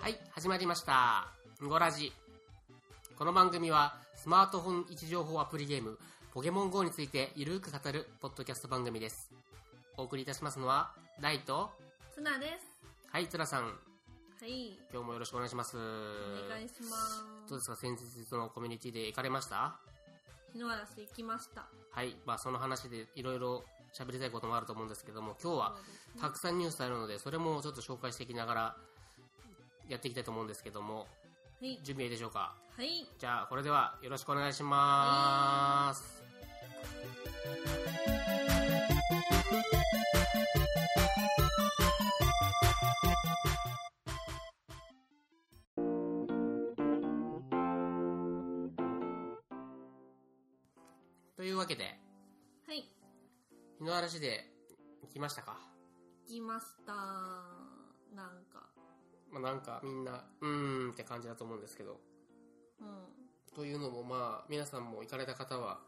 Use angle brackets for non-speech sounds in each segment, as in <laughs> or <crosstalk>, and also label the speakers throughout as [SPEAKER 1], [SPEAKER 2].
[SPEAKER 1] はい、始まりました。ゴラジ。この番組は、スマートフォン位置情報アプリゲーム、ポケモン GO についてゆるーく語る、ポッドキャスト番組です。お送りいたしますのは、ライト、
[SPEAKER 2] ツナで
[SPEAKER 1] はい、つらさん、
[SPEAKER 2] す。はい。
[SPEAKER 1] 今日もよろしくお願いします。お
[SPEAKER 2] お願いします。
[SPEAKER 1] どうですか、先日のコミュニティで行かれました
[SPEAKER 2] 日の嵐行きました。
[SPEAKER 1] はい、まあその話でいろいろ喋りたいこともあると思うんですけども、今日は
[SPEAKER 2] そうですね
[SPEAKER 1] たくさんニュースあるので、それもちょっと紹介していきながら、やっていきたいと思うんですけども、
[SPEAKER 2] はい。
[SPEAKER 1] 準備はいいでしょうか
[SPEAKER 2] はい。
[SPEAKER 1] じゃあ、これではよろしくお願いします。というわけで、
[SPEAKER 2] はい。
[SPEAKER 1] 日
[SPEAKER 2] 行
[SPEAKER 1] の嵐で来ましたか。
[SPEAKER 2] きました。なんか。
[SPEAKER 1] まあ、なんかみんな、うーんって感じだと思うんですけど。
[SPEAKER 2] うん。
[SPEAKER 1] というのもまあ皆さんも行かれた方は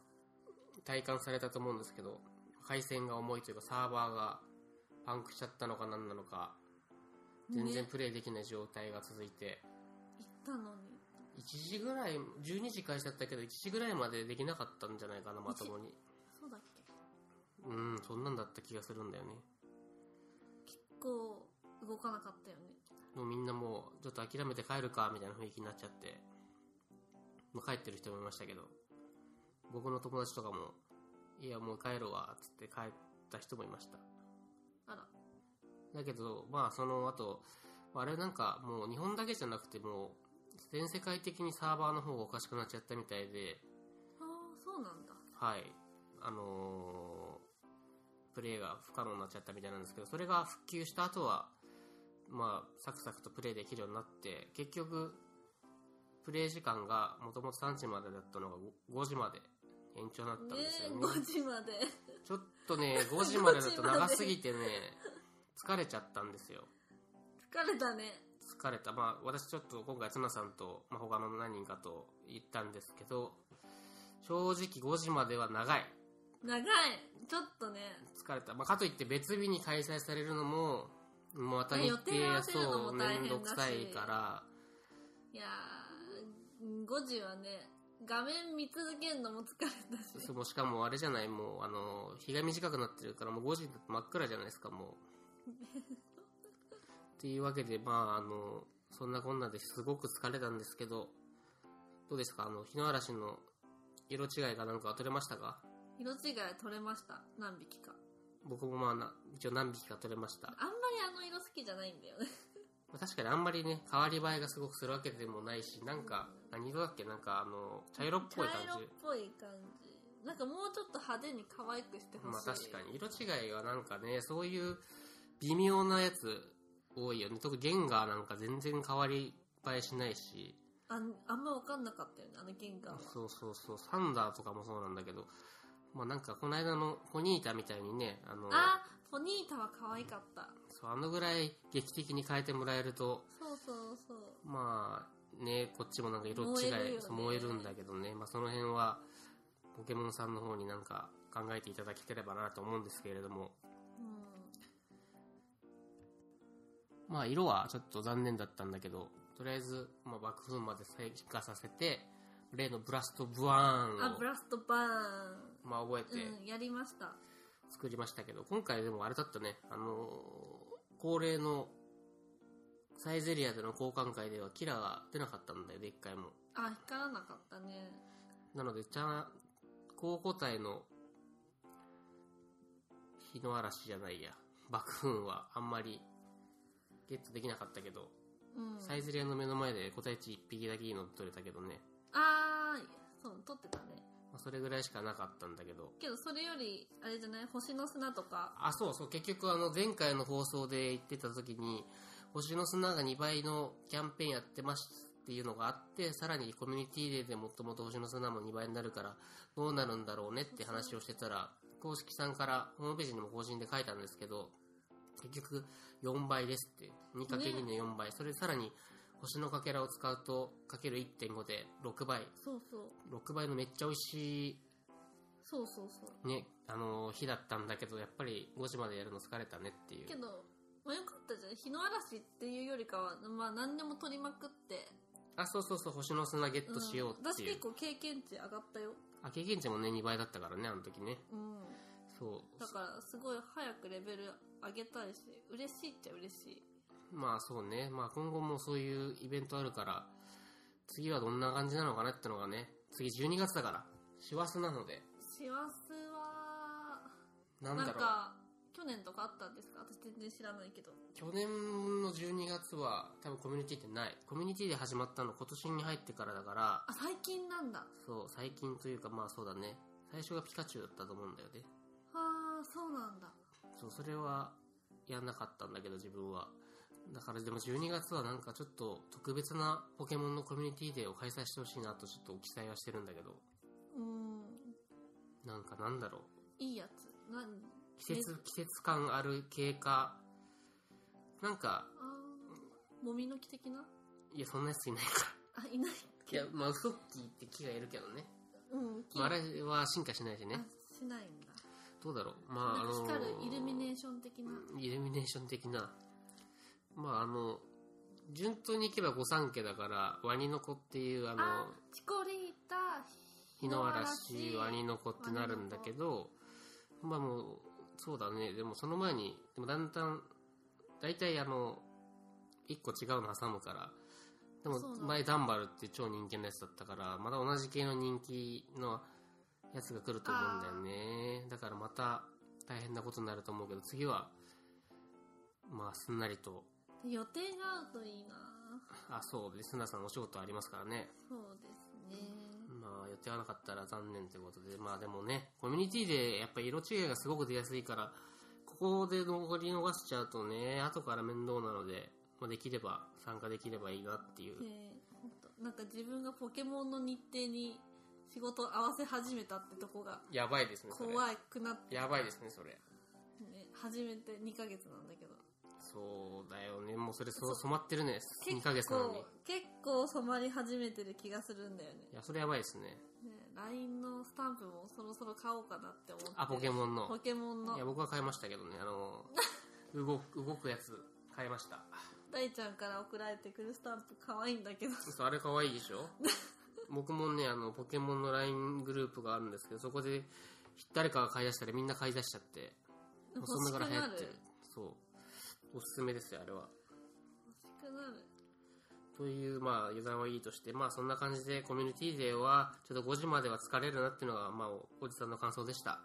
[SPEAKER 1] 体感されたと思うんですけど回線が重いというかサーバーがパンクしちゃったのか何なのか全然
[SPEAKER 2] ね
[SPEAKER 1] プレイできない状態が続いて、
[SPEAKER 2] 行ったのに。
[SPEAKER 1] 1時ぐらい12時開始だったけど1時ぐらいまでできなかったんじゃないかなまともに
[SPEAKER 2] そうだっけ
[SPEAKER 1] うんそんなんだった気がするんだよね
[SPEAKER 2] こう、動かなかったよね。
[SPEAKER 1] もうみんなもうちょっと諦めて帰るかみたいな雰囲気になっちゃってもう帰ってる人もいましたけど僕の友達とかもいやもう帰るわっつって帰った人もいました
[SPEAKER 2] あら。
[SPEAKER 1] だけど、まあ、その後、あれなんかもう日本だけじゃなくてもう全世界的にサーバーの方がおかしくなっちゃったみたいで、
[SPEAKER 2] ああ、そうなんだ。
[SPEAKER 1] はい、あのープレイが不可能になっちゃったみたいなんですけど、それが復旧した後は、まあ、サクサクとプレイできるようになって、結局、プレイ時間がもともと3時までだったのが5時まで延長になったん
[SPEAKER 2] ね
[SPEAKER 1] ですよ
[SPEAKER 2] え、
[SPEAKER 1] ね。
[SPEAKER 2] 5時まで。
[SPEAKER 1] ちょっとね、5時までだと長すぎてね、疲れちゃったんですよ。
[SPEAKER 2] 疲れたね。
[SPEAKER 1] 疲れた、まあ、私ちょっと今回、妻さんと、まあ、他の何人かと行ったんですけど、正直5時までは長い。
[SPEAKER 2] 長い。ちょっとね。
[SPEAKER 1] 疲れた。まあ、かといって別日に開催されるのも、もうまた日程
[SPEAKER 2] ね予定合
[SPEAKER 1] や
[SPEAKER 2] わせるの
[SPEAKER 1] そう、
[SPEAKER 2] も大変だし
[SPEAKER 1] めんどくさいから、
[SPEAKER 2] いやー、5時はね、画面見続けるのも疲れたし。
[SPEAKER 1] そうもうしかもあれじゃない、もう、あの、日が短くなってるから、もう5時だと真っ暗じゃないですか、
[SPEAKER 2] <laughs>
[SPEAKER 1] もう。っていうわけで、まあ、あの、そんなこんなですごく疲れたんですけど、どうですか、あの、日の嵐の色違いがなんか取れましたか
[SPEAKER 2] 色違い取れました。何匹か。
[SPEAKER 1] 僕もまあな、一応何匹か取れました。ま
[SPEAKER 2] あんまりあの色好きじゃないんだよね。
[SPEAKER 1] あ確かにあんまりね、変わり映えがすごくするわけでもないし、なんか、何色だっけなんかあの、茶色っぽい感
[SPEAKER 2] 茶色っ
[SPEAKER 1] じ。
[SPEAKER 2] ぽい感じ。なんかもうちょっと派手に可愛くしてほしい。
[SPEAKER 1] まあ確かに。色違いはなんかね、そういう微妙なやつ多いよね。特にゲンガーなんか全然変わり映えしないし、
[SPEAKER 2] あんあんま分かんなかったよね、あの玄関は。
[SPEAKER 1] そうそうそう、サンダーとかもそうなんだけど、まあなんかこの間のポニータみたいにね、あの、
[SPEAKER 2] あ、ポニータは可愛かった。
[SPEAKER 1] そうあのぐらい劇的に変えてもらえると、
[SPEAKER 2] そうそうそう。
[SPEAKER 1] まあね、こっちもなんか色違い
[SPEAKER 2] 燃えるよね
[SPEAKER 1] そう燃えるんだけどね、まあ、その辺はポケモンさんの方になんか考えていただければなと思うんですけれども、
[SPEAKER 2] うん。
[SPEAKER 1] まあ、色はちょっと残念だったんだけど、とりあえず、まあ、幕府まで成果させて、例のブラストブワーン
[SPEAKER 2] あ、
[SPEAKER 1] を
[SPEAKER 2] ブ、ラストバー
[SPEAKER 1] まあ、覚えて
[SPEAKER 2] ン。うん、やりました。
[SPEAKER 1] 作りましたけど、今回でもあれだったね、あのー恒例のサイゼリアでの交換会ではキラが出なかったんだよね、一回も。
[SPEAKER 2] あ、光らなかったね。
[SPEAKER 1] なので、ちゃん、高個体の日の嵐じゃないや、爆風はあんまりゲットできなかったけど、
[SPEAKER 2] うん。
[SPEAKER 1] サイズリアの目の前で個体値1匹だけいいの取れたけどね、
[SPEAKER 2] あー、そう、撮ってたね。
[SPEAKER 1] まあ、それぐらいしかなかったんだけど、
[SPEAKER 2] けどそれより、あれじゃない星の砂とか。
[SPEAKER 1] あ、そうそう、結局あの前回の放送で言ってた時に、星の砂が2倍のキャンペーンやってますっていうのがあって、さらにコミュニティデーでもともと星の砂も2倍になるから、どうなるんだろうねって話をしてたら、公式さんからホームページにも更新で書いたんですけど、結局4倍ですって、2×2 の4倍、それさらに星のかけらを使うと、かける1.5で6倍、
[SPEAKER 2] そうそう。
[SPEAKER 1] 6倍のめっちゃ美味しい
[SPEAKER 2] そうそうそう。
[SPEAKER 1] ね、あのー日だったんだけど、やっぱり5時までやるの疲れたねっていう
[SPEAKER 2] け。ど、まあよかったじゃん。日の嵐っていうよりかは、まあ何でも取りまくって。
[SPEAKER 1] あ、そうそうそう、星の砂ゲットしよう
[SPEAKER 2] うん
[SPEAKER 1] って
[SPEAKER 2] 私
[SPEAKER 1] いう。
[SPEAKER 2] 結構経験値上がったよ。
[SPEAKER 1] あ、経験値もね、2倍だったからね、あの時ね。
[SPEAKER 2] うん。
[SPEAKER 1] そう
[SPEAKER 2] だ。からすごい早くレベル上げたいし、嬉しいっちゃ嬉しい。
[SPEAKER 1] まあそうね。まあ今後もそういうイベントあるから、次はどんな感じなのかなってのがね、次12月だから、師走なので、
[SPEAKER 2] 師走は、
[SPEAKER 1] なん
[SPEAKER 2] な
[SPEAKER 1] だ
[SPEAKER 2] ん
[SPEAKER 1] ろう。
[SPEAKER 2] か、去年とかあったんですか私全然知らないけど。
[SPEAKER 1] 去年の12月は多分コミュニティってない。コミュニティで始まったの今年に入ってからだから、
[SPEAKER 2] あ、最近なんだ。
[SPEAKER 1] そう、最近というかまあそうだね。最初がピカチュウだったと思うんだよね。
[SPEAKER 2] はあ、そうなんだ。
[SPEAKER 1] そう、それはやんなかったんだけど自分は。だからでも12月はなんかちょっと特別なポケモンのコミュニティデーを開催してほしいなとちょっと期待はしてるんだけど、
[SPEAKER 2] うん。
[SPEAKER 1] なんかなんだろう。
[SPEAKER 2] いいやつ。何
[SPEAKER 1] 季節、季節感ある経過。なんか、
[SPEAKER 2] あーもみの木的ない
[SPEAKER 1] やそんなやついないか
[SPEAKER 2] あ、いない。
[SPEAKER 1] ら。いや、まあウソッキーって木がいるけどね。
[SPEAKER 2] うん、
[SPEAKER 1] まあ、あれは進化しないしね
[SPEAKER 2] あ。、しないんだ。
[SPEAKER 1] どうだろう。まあ、
[SPEAKER 2] な
[SPEAKER 1] あ
[SPEAKER 2] んか
[SPEAKER 1] の
[SPEAKER 2] 光るイルミネーション的な。
[SPEAKER 1] イルミネーション的な。まあ、あの、順当に行けば御三家だから、ワニの子っていう、あの、
[SPEAKER 2] あ、チコリータ、
[SPEAKER 1] 日の嵐、ワニ
[SPEAKER 2] の。
[SPEAKER 1] の子ってなるんだけど、まあもう、そうだね。でもその前に、でもだんだん、だいたいあの、一個違うの挟むから、でも
[SPEAKER 2] そうなんだ
[SPEAKER 1] 前ダンバルって超人気のやつだったから、また同じ系の人気のやつが来ると思うんだよね。だからまた大変なことになると思うけど、次は、まあすんなりと、
[SPEAKER 2] 予定が合うといいな
[SPEAKER 1] あ、そう、リスナーさんお仕事ありますからね。
[SPEAKER 2] そうですね。
[SPEAKER 1] まあ、予定合わなかったら残念ということで、まあでもね、コミュニティでやっぱ色違いがすごく出やすいから、ここで残り逃しちゃうとね、後から面倒なので、まあ、できれば、参加できればいいなっていう。
[SPEAKER 2] ねほんとなんか自分がポケモンの日程に仕事を合わせ始めたってとこが
[SPEAKER 1] やばいですね、それ。
[SPEAKER 2] 怖くなって、
[SPEAKER 1] やばいですね、それ。
[SPEAKER 2] ね、初めて2ヶ月なんだけど。
[SPEAKER 1] そうだよね、もうそれそう染まってるね、2ヶ月
[SPEAKER 2] 結
[SPEAKER 1] なのに。い
[SPEAKER 2] 構、結構染まり始めてる気がするんだよね。
[SPEAKER 1] や、それやばいですね。
[SPEAKER 2] ね LINE のスタンプもそろそろ買おうかなって思って。
[SPEAKER 1] あ、ポケモン
[SPEAKER 2] ポ
[SPEAKER 1] の。
[SPEAKER 2] ケモン
[SPEAKER 1] いや、
[SPEAKER 2] の。
[SPEAKER 1] 僕は買いましたけどね、あ
[SPEAKER 2] <laughs>
[SPEAKER 1] の、動く、動くやつ、買いました。
[SPEAKER 2] 大ちゃんから送られてくるスタンプ可愛いんだけど。
[SPEAKER 1] そうあれ可愛いで
[SPEAKER 2] <laughs>
[SPEAKER 1] しょ僕もね、あの、ポケモンの LINE グループがあるんですけど、そこで、誰かが買い出したらみんな買い出しちゃって、もうそんなから流行ってる
[SPEAKER 2] 欲。
[SPEAKER 1] そう。おすすめですよ、あれは。
[SPEAKER 2] しくなる。
[SPEAKER 1] という、まあ、油断はいいとして、まあ、そんな感じで、コミュニティデーは、ちょっと5時までは疲れるなっていうのが、まあ、おおじさんの感想でした。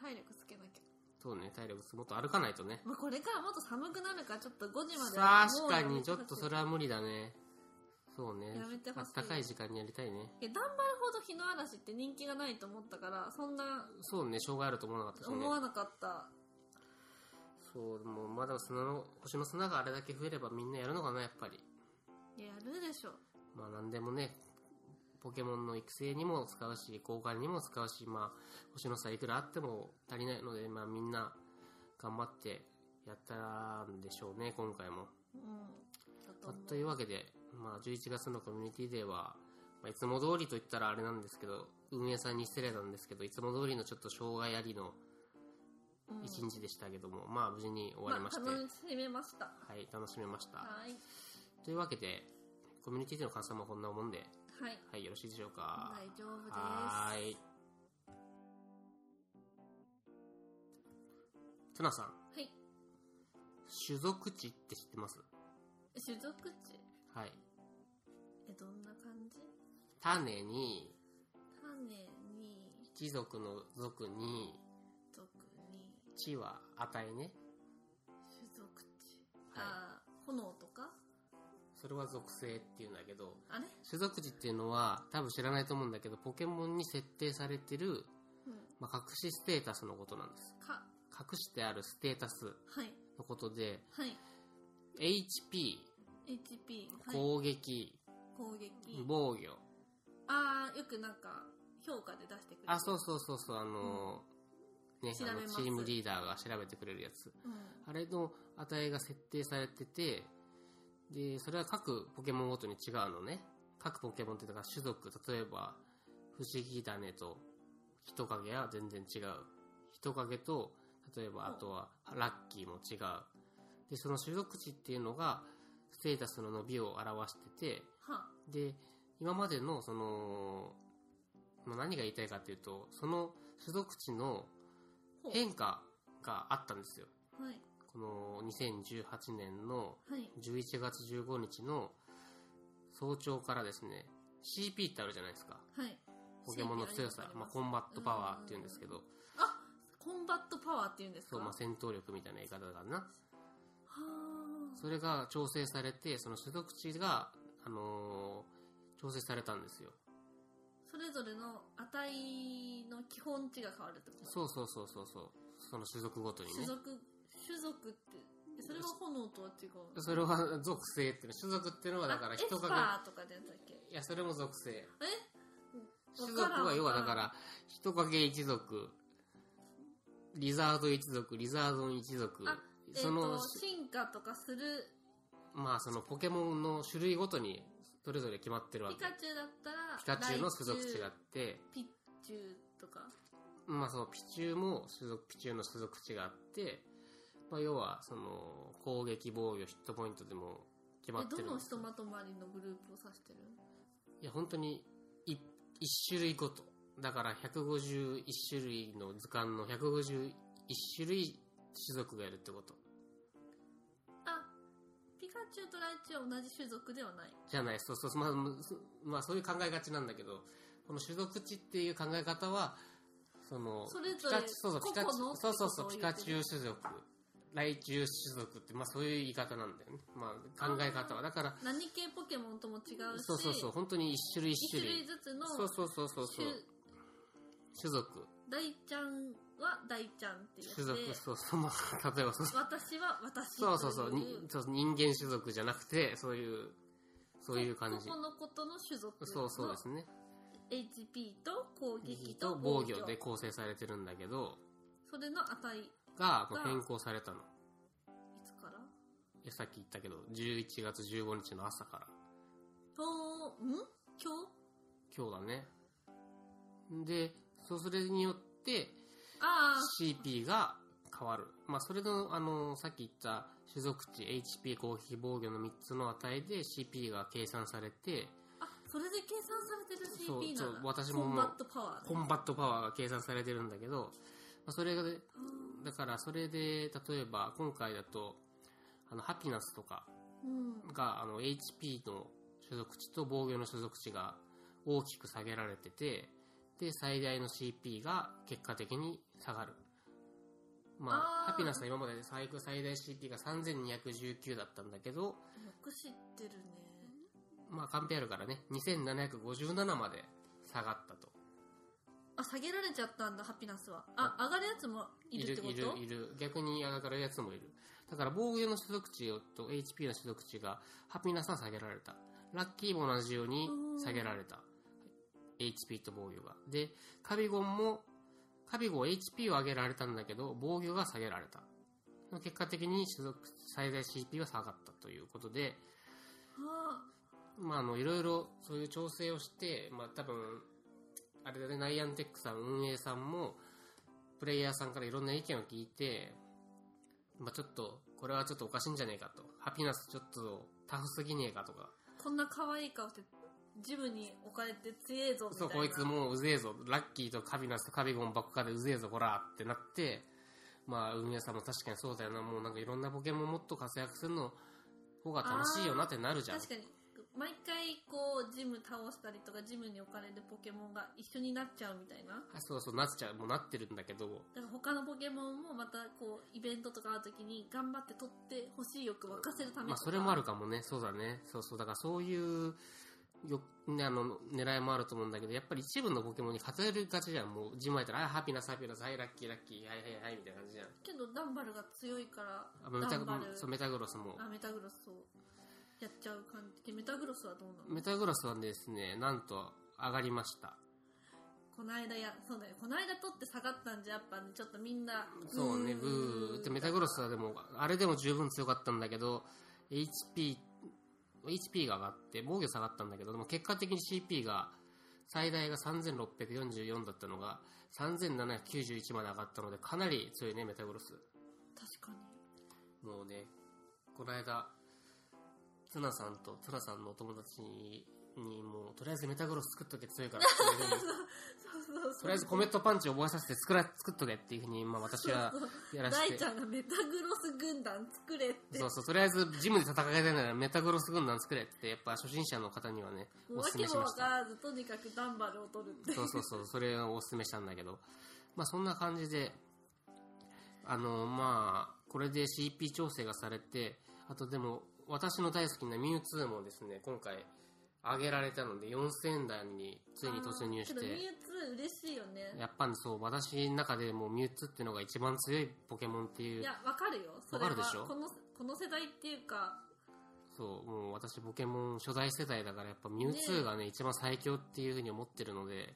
[SPEAKER 2] 体力つけなきゃ。
[SPEAKER 1] そうね、体力、もっと歩かないとね。
[SPEAKER 2] まあ、これからもっと寒くなるから、ちょっと5時までは
[SPEAKER 1] 確
[SPEAKER 2] もう
[SPEAKER 1] か
[SPEAKER 2] やめてほしい。
[SPEAKER 1] に、ちょっとそれは無理だね。そうね
[SPEAKER 2] やめて。ほ
[SPEAKER 1] あ
[SPEAKER 2] しい
[SPEAKER 1] ったかい時間にやりたいね。
[SPEAKER 2] いや、ダンバルほど日の嵐って人気がないと思ったから、そんな
[SPEAKER 1] そうね、障害あると思わなかったしね。
[SPEAKER 2] 思わなかった。
[SPEAKER 1] そう、でもまだ砂の、星の砂があれだけ増えればみんなやるのかな、やっぱり。
[SPEAKER 2] いや、やるでしょ。
[SPEAKER 1] まあ何でもね、ポケモンの育成にも使うし、交換にも使うし、まあ、星の砂いくらあっても足りないので、まあみんな頑張ってやったんでしょうね、今回も。
[SPEAKER 2] うん。だ
[SPEAKER 1] ま
[SPEAKER 2] と
[SPEAKER 1] あ
[SPEAKER 2] 思う。
[SPEAKER 1] というわけで、まあ11月のコミュニティデーは、まあ、いつも通りと言ったらあれなんですけど、運営さんに失礼なんですけど、いつも通りのちょっと障害ありの
[SPEAKER 2] うん
[SPEAKER 1] 一日でしたけども、まあ無事に終わりまして、
[SPEAKER 2] あ、楽しめました。
[SPEAKER 1] はい、楽しめました。
[SPEAKER 2] はい。
[SPEAKER 1] というわけで、コミュニティでの感想もこんなもんで、
[SPEAKER 2] はい。
[SPEAKER 1] はい、よろしいでしょうか。
[SPEAKER 2] 大丈夫です。
[SPEAKER 1] はーい。ツナさん、
[SPEAKER 2] はい。
[SPEAKER 1] 種族地って知ってます
[SPEAKER 2] 種族地
[SPEAKER 1] はい。
[SPEAKER 2] え、どんな感じ
[SPEAKER 1] 種に、
[SPEAKER 2] 種に、
[SPEAKER 1] 一族の族に、
[SPEAKER 2] 族に、
[SPEAKER 1] 地は値ね。
[SPEAKER 2] 種族地。
[SPEAKER 1] はい
[SPEAKER 2] あー炎とか
[SPEAKER 1] それは属性っていうんだけど、
[SPEAKER 2] あれ
[SPEAKER 1] 種族地っていうのは多分知らないと思うんだけど、ポケモンに設定されてる、
[SPEAKER 2] うん。
[SPEAKER 1] まあ、隠しステータスのことなんです。
[SPEAKER 2] か、
[SPEAKER 1] 隠してあるステータス
[SPEAKER 2] はい。
[SPEAKER 1] のことで、
[SPEAKER 2] はい。
[SPEAKER 1] HP、
[SPEAKER 2] HP、はい、
[SPEAKER 1] 攻撃、
[SPEAKER 2] 攻撃。
[SPEAKER 1] 防御。
[SPEAKER 2] ああ、よくなんか、評価で出してくれる。
[SPEAKER 1] あ、そうそうそうそう、あのーね
[SPEAKER 2] 調、べ
[SPEAKER 1] あの
[SPEAKER 2] ます
[SPEAKER 1] チームリーダーが調べてくれるやつ。
[SPEAKER 2] うん。
[SPEAKER 1] あれの値が設定されてて、で、それは各ポケモンごとに違うのね。各ポケモンっていうのが種族、例えば、不思議種と人影は全然違う。人影と、例えばあ
[SPEAKER 2] うん
[SPEAKER 1] とはラッキーも違う。で、その種族値っていうのが、ステータスの伸びを表してて、
[SPEAKER 2] は
[SPEAKER 1] で、今までのその、まあ何が言いたいかっていうと、その種族値の
[SPEAKER 2] ほう
[SPEAKER 1] 変化があったんですよ。
[SPEAKER 2] はい
[SPEAKER 1] この2018年の
[SPEAKER 2] はい
[SPEAKER 1] 11月15日の早朝からですね、CP ってあるじゃないですか。
[SPEAKER 2] はい
[SPEAKER 1] ポケモンの強さ、まあ、コンバットパワーっていうんですけど、
[SPEAKER 2] あコンバットパワーって言うんですか
[SPEAKER 1] そう、まあ、
[SPEAKER 2] は
[SPEAKER 1] 戦闘力みたいな言い方だな。
[SPEAKER 2] あ
[SPEAKER 1] それが調整されて、その所属値が、あのー調整されたんですよ。
[SPEAKER 2] それぞれの値の基本値が変わるってこと
[SPEAKER 1] そうそうそうそうそう。その種族ごとに
[SPEAKER 2] 種
[SPEAKER 1] ね。
[SPEAKER 2] 族種族ってえそれが炎とは違う
[SPEAKER 1] それは属性っていうの、種族っていうのはだから
[SPEAKER 2] あエス
[SPEAKER 1] 人
[SPEAKER 2] パ
[SPEAKER 1] 影、
[SPEAKER 2] ーとかでやったっけ
[SPEAKER 1] いや、それも属性。
[SPEAKER 2] え
[SPEAKER 1] 種族は要はだから、人影一族、リザード一族、リザードン一族
[SPEAKER 2] あ、え
[SPEAKER 1] その
[SPEAKER 2] ー、と、進化とかする
[SPEAKER 1] まあそのポケモンの種類ごとにそれぞれ決まってるわ
[SPEAKER 2] ピ
[SPEAKER 1] け。
[SPEAKER 2] カチュウだったら
[SPEAKER 1] ピカチュウの種族値があ
[SPEAKER 2] ラ
[SPEAKER 1] っ
[SPEAKER 2] イ
[SPEAKER 1] て、
[SPEAKER 2] チュウピッチュウとか
[SPEAKER 1] まあそのピチュウも種族、ピチュウの種族値があって、まあ要はその攻撃、防御、ヒットポイントでも決まって
[SPEAKER 2] え
[SPEAKER 1] る
[SPEAKER 2] ど
[SPEAKER 1] ん
[SPEAKER 2] の
[SPEAKER 1] です
[SPEAKER 2] 人
[SPEAKER 1] よ。
[SPEAKER 2] まとまりのグループを指してる
[SPEAKER 1] いや本当に一一種類ごと。だから151種類の図鑑の151種類種族がいるってこと。
[SPEAKER 2] あピカチュウとライチュウは同じ種族ではない
[SPEAKER 1] じゃない、そうそう、まあ、むすまあそういう考えがちなんだけど、この種族値っていう考え方は、その、
[SPEAKER 2] それぞれ
[SPEAKER 1] ピカチュウそうそう、ピカチ
[SPEAKER 2] 個々
[SPEAKER 1] ュ
[SPEAKER 2] の
[SPEAKER 1] ウ、そうそうそ、
[SPEAKER 2] そううい
[SPEAKER 1] ピ
[SPEAKER 2] う
[SPEAKER 1] カチュウ種族、雷中種族って、まあそういう言い方なんだよね。まあ考え方は。だから、
[SPEAKER 2] 何系ポケモンとも違うし
[SPEAKER 1] そうそうそう、本当に一種類一
[SPEAKER 2] 一
[SPEAKER 1] 種
[SPEAKER 2] 種
[SPEAKER 1] 類
[SPEAKER 2] 類。ずつの
[SPEAKER 1] そうそうそうそうそう、
[SPEAKER 2] 種
[SPEAKER 1] 種族、
[SPEAKER 2] 大ちゃんは大ちゃんってやつ
[SPEAKER 1] 種族、
[SPEAKER 2] で
[SPEAKER 1] そうそう、まあ、例えばそう
[SPEAKER 2] 私は私
[SPEAKER 1] そうそうそう、
[SPEAKER 2] とい
[SPEAKER 1] にそう人間種族じゃなくて、そういう、そういう感じ
[SPEAKER 2] こ。このことの種族の
[SPEAKER 1] そうそうですね。
[SPEAKER 2] HP と攻撃と
[SPEAKER 1] と防御で構成されてるんだけど、
[SPEAKER 2] それの値い
[SPEAKER 1] がまあ
[SPEAKER 2] が
[SPEAKER 1] 変更されたの。
[SPEAKER 2] つから
[SPEAKER 1] いやさっき言ったけど、11月15日の朝から。
[SPEAKER 2] とん今日
[SPEAKER 1] 今日だね。で、そうそれによって
[SPEAKER 2] ああ
[SPEAKER 1] CP が変わる。まあ、それの、あの、さっき言った種族値、HP、攻撃、防御の3つの値で CP が計算されて、
[SPEAKER 2] あそれで計算されてる
[SPEAKER 1] そう
[SPEAKER 2] CP なん
[SPEAKER 1] そう
[SPEAKER 2] だ
[SPEAKER 1] 私も
[SPEAKER 2] コ
[SPEAKER 1] もう
[SPEAKER 2] ンバットパワー
[SPEAKER 1] コンバットパワーが計算されてるんだけど、まあ、それが、だからそれで、例えば今回だと、あの、ハピナスとか、
[SPEAKER 2] うん
[SPEAKER 1] が、あの、HP の所属値と防御の所属値が大きく下げられてて、で、最大の CP が結果的に下がる。ま
[SPEAKER 2] あ
[SPEAKER 1] あ、
[SPEAKER 2] ー
[SPEAKER 1] ハピナスは今まで最高最大 CP が3219だったんだけど、
[SPEAKER 2] よく知ってるね
[SPEAKER 1] まあ、カンペあるからね、2757まで下がったと。
[SPEAKER 2] あ下げられちゃったんだハピナスはあ上がるやつもいるってこと
[SPEAKER 1] いる、いる、いる逆に上がるやつもいる。だから、防御の所属値と HP の所属値が、ハピナスは下げられた。ラッキーも同じように下げられた。HP と防御が。で、カビゴンも、カビゴン HP を上げられたんだけど、防御が下げられた。結果的に所属最大 CP は下がったということで、
[SPEAKER 2] あ
[SPEAKER 1] まあ、あの、いろいろそういう調整をして、まあ、多分、あれだね、ナイアンテックさん、運営さんも、プレイヤーさんからいろんな意見を聞いて、まあ、ちょっと、これはちょっとおかしいんじゃねえかと。ハピナスちょっとタフすぎねえかとか。
[SPEAKER 2] ーこんな可愛い顔してジムに置かれて強えぞみた
[SPEAKER 1] そ、
[SPEAKER 2] いうな
[SPEAKER 1] こいつもううぜえぞ。ラッキーとカビナスとカビゴンばっかでうぜえぞ、こらってなって、まあ、運営さんも確かにそうだよな。もうなんかいろんなポケモンもっと活躍するの方が楽しいよなってなるじゃん。
[SPEAKER 2] 確かに毎回こうジム倒したりとかジムに置かれるポケモンが一緒になっちゃうみたいな
[SPEAKER 1] あそうそう、なっちゃう。もうなってるんだけど、
[SPEAKER 2] だから他のポケモンもまたこうイベントとかある時に頑張って取ってほしい欲を沸かせるためとか
[SPEAKER 1] まあ、それもあるかもね。そうだね。そうそう。だからそういう、よ、ね、あの、狙いもあると思うんだけど、やっぱり一部のポケモンに偏りがちじゃん。もう、自前やったら、あ、ハピナス、ハピナス、はい、ラッキー、ラッキー、はい、はい、はい、みたいな感じじゃん。
[SPEAKER 2] けどダンバルが強いから
[SPEAKER 1] あメ
[SPEAKER 2] ダ
[SPEAKER 1] タ
[SPEAKER 2] ンバル
[SPEAKER 1] そうメタグロスも。
[SPEAKER 2] あメタグロスをやっちゃう感じでメタグロスはどうなの
[SPEAKER 1] メタグロスはですね、なんと、上がりました。
[SPEAKER 2] この間やそうだよこの間取って下がったんじゃやっぱねちょっとみんな
[SPEAKER 1] そうね、
[SPEAKER 2] ーん
[SPEAKER 1] ブーってメタグロスはでも、あれでも十分強かったんだけど、HP、HP が上がって、防御下がったんだけど、でも結果的に CP が最大が3644だったのが、3791まで上がったので、かなり強いね、メタグロス。
[SPEAKER 2] 確かに。
[SPEAKER 1] もうね、この間、ツナさんとツナさんのお友達に、にもう、とりあえずメタグロス作っとけ強いからって
[SPEAKER 2] <laughs>
[SPEAKER 1] いうふうに
[SPEAKER 2] そうそう
[SPEAKER 1] とりあえずコメットパンチ覚えさせて作ら、作っとけっていうふうに、まあ私はやらせ
[SPEAKER 2] 大
[SPEAKER 1] て
[SPEAKER 2] ち。ゃんがメタグロス軍団作れって。
[SPEAKER 1] そうそう、とりあえずジムで戦いたいならメタグロス軍団作れって、やっぱ初心者の方にはね、
[SPEAKER 2] も
[SPEAKER 1] お
[SPEAKER 2] う
[SPEAKER 1] 勧
[SPEAKER 2] 訳
[SPEAKER 1] めし
[SPEAKER 2] も
[SPEAKER 1] ま
[SPEAKER 2] わ
[SPEAKER 1] し
[SPEAKER 2] か
[SPEAKER 1] た。
[SPEAKER 2] らず、とにかくダンバルを取るって。
[SPEAKER 1] そうそうそう、それをお勧めしたんだけど。まあそんな感じで、あの、まあ、これで CP 調整がされて、あとでも、私の大好きなミュウツーもですね、今回、上げられたので、4000台についに突入し
[SPEAKER 2] あーけどミ
[SPEAKER 1] て、
[SPEAKER 2] ュウツー嬉しいよね。
[SPEAKER 1] やっぱりそう、私の中でもうミュウツーってのが一番強いポケモンってい、
[SPEAKER 2] いうや、わかるよ。それは
[SPEAKER 1] わかるでしょ
[SPEAKER 2] この、この世代っていうか、
[SPEAKER 1] そう、もう私ポケモン初代世代だからやっぱミュウツーがね、一番最強っていう風に思ってるので、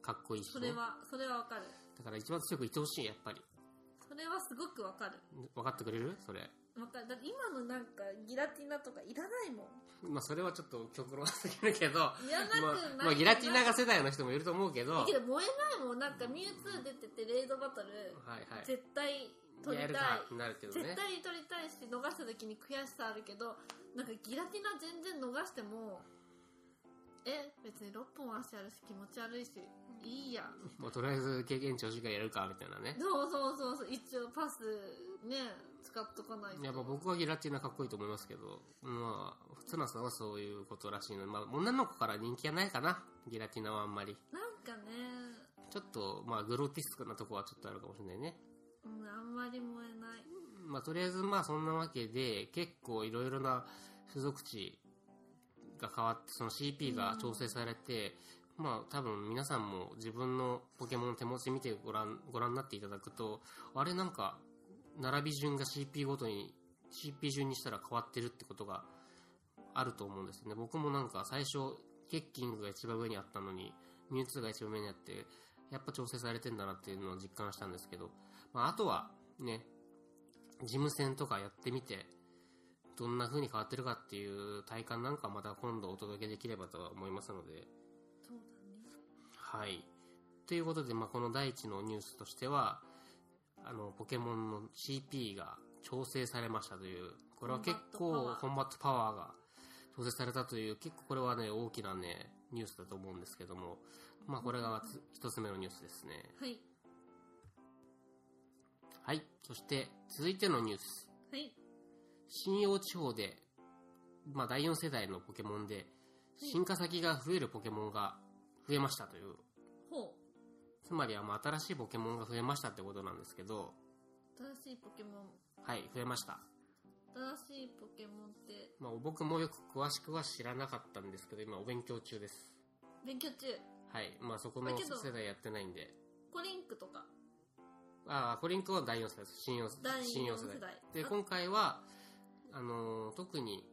[SPEAKER 1] かっこいいし、
[SPEAKER 2] そ
[SPEAKER 1] ね
[SPEAKER 2] れ、は、それはわかる。
[SPEAKER 1] だから一番強くいてほしい、やっぱり。
[SPEAKER 2] それはすごくわかる。
[SPEAKER 1] 分かってくれるそれ。
[SPEAKER 2] わかる。だって今のなんか、ギラティナとかいらないもん。
[SPEAKER 1] まあそれはちょっと極論すぎるけど、ま
[SPEAKER 2] いらなくない。
[SPEAKER 1] あ、まあギラティナが世代の人もいると思うけど、
[SPEAKER 2] だけど燃えないもん。なんか、ミュウツー出てて、レイドバトル、
[SPEAKER 1] はいはい。
[SPEAKER 2] 絶対取り
[SPEAKER 1] や
[SPEAKER 2] た
[SPEAKER 1] る。
[SPEAKER 2] い
[SPEAKER 1] かってなるけど
[SPEAKER 2] 絶
[SPEAKER 1] ね。
[SPEAKER 2] 対取りたいし、逃した時に悔しさあるけど、なんかギラティナ全然逃しても、え、別に6本足あるし気持ち悪いし、いいや。
[SPEAKER 1] もうとりあえず経験値欲しいからやるか、みたいなね。
[SPEAKER 2] そうそうそうそう、一応パスね、使っとかないと。
[SPEAKER 1] やっぱ僕はギラティナかっこいいと思いますけど、まあ、ツナさんはそういうことらしいので、まあ女の子から人気がないかな、ギラティナはあんまり。
[SPEAKER 2] なんかね、
[SPEAKER 1] ちょっと、まあ、グロティスクなとこはちょっとあるかもしれないね。
[SPEAKER 2] うん、あんまり燃えない。
[SPEAKER 1] まあ、とりあえず、まあ、そんなわけで、結構いろいろな付属値が変わって、その CP が調整されて、まあ、多分皆さんも自分のポケモンの手持ち見てご覧、ご覧になっていただくと、あれなんか、並び順が CP ごとに、CP 順にしたら変わってるってことがあると思うんですよね。僕もなんか最初、ケッキングが一番上にあったのに、ミュウツーが一番上にあって、やっぱ調整されてんだなっていうのを実感したんですけど、まあ、あとはね、事務戦とかやってみて、どんな風に変わってるかっていう体感なんかまた今度お届けできればとは思いますので、
[SPEAKER 2] そうだね。
[SPEAKER 1] はい。ということで、まあ、この第一のニュースとしては、あの、ポケモンの CP が調整されましたという、これは結構コ
[SPEAKER 2] コ
[SPEAKER 1] ンバットパワーが調整されたという、結構これはね、大きなね、ニュースだと思うんですけども、まあ、これがつ一つ目のニュースですね。
[SPEAKER 2] はい。
[SPEAKER 1] はい。そして、続いてのニュース。
[SPEAKER 2] はい。
[SPEAKER 1] 信用地方で、まあ、第4世代のポケモンで、進化先が増えるポケモンが増えましたという、
[SPEAKER 2] ほ
[SPEAKER 1] つまりはまあ新しいポケモンが増えましたってことなんですけど、
[SPEAKER 2] う。新しいポケモン。
[SPEAKER 1] はい、増えました。
[SPEAKER 2] 新しいポケモンって、
[SPEAKER 1] まあ、僕もよく詳しくは知らなかったんですけど、今お勉強中です。
[SPEAKER 2] 勉強中。
[SPEAKER 1] はい、まあそこ
[SPEAKER 2] ま
[SPEAKER 1] の
[SPEAKER 2] あけど
[SPEAKER 1] 世代やってないんで。
[SPEAKER 2] コリンクとか。
[SPEAKER 1] ああ、コリンクは第4世代です。信用
[SPEAKER 2] 第4
[SPEAKER 1] 信用世代
[SPEAKER 2] 世代。
[SPEAKER 1] で、
[SPEAKER 2] あ
[SPEAKER 1] 今回は、あのー特に、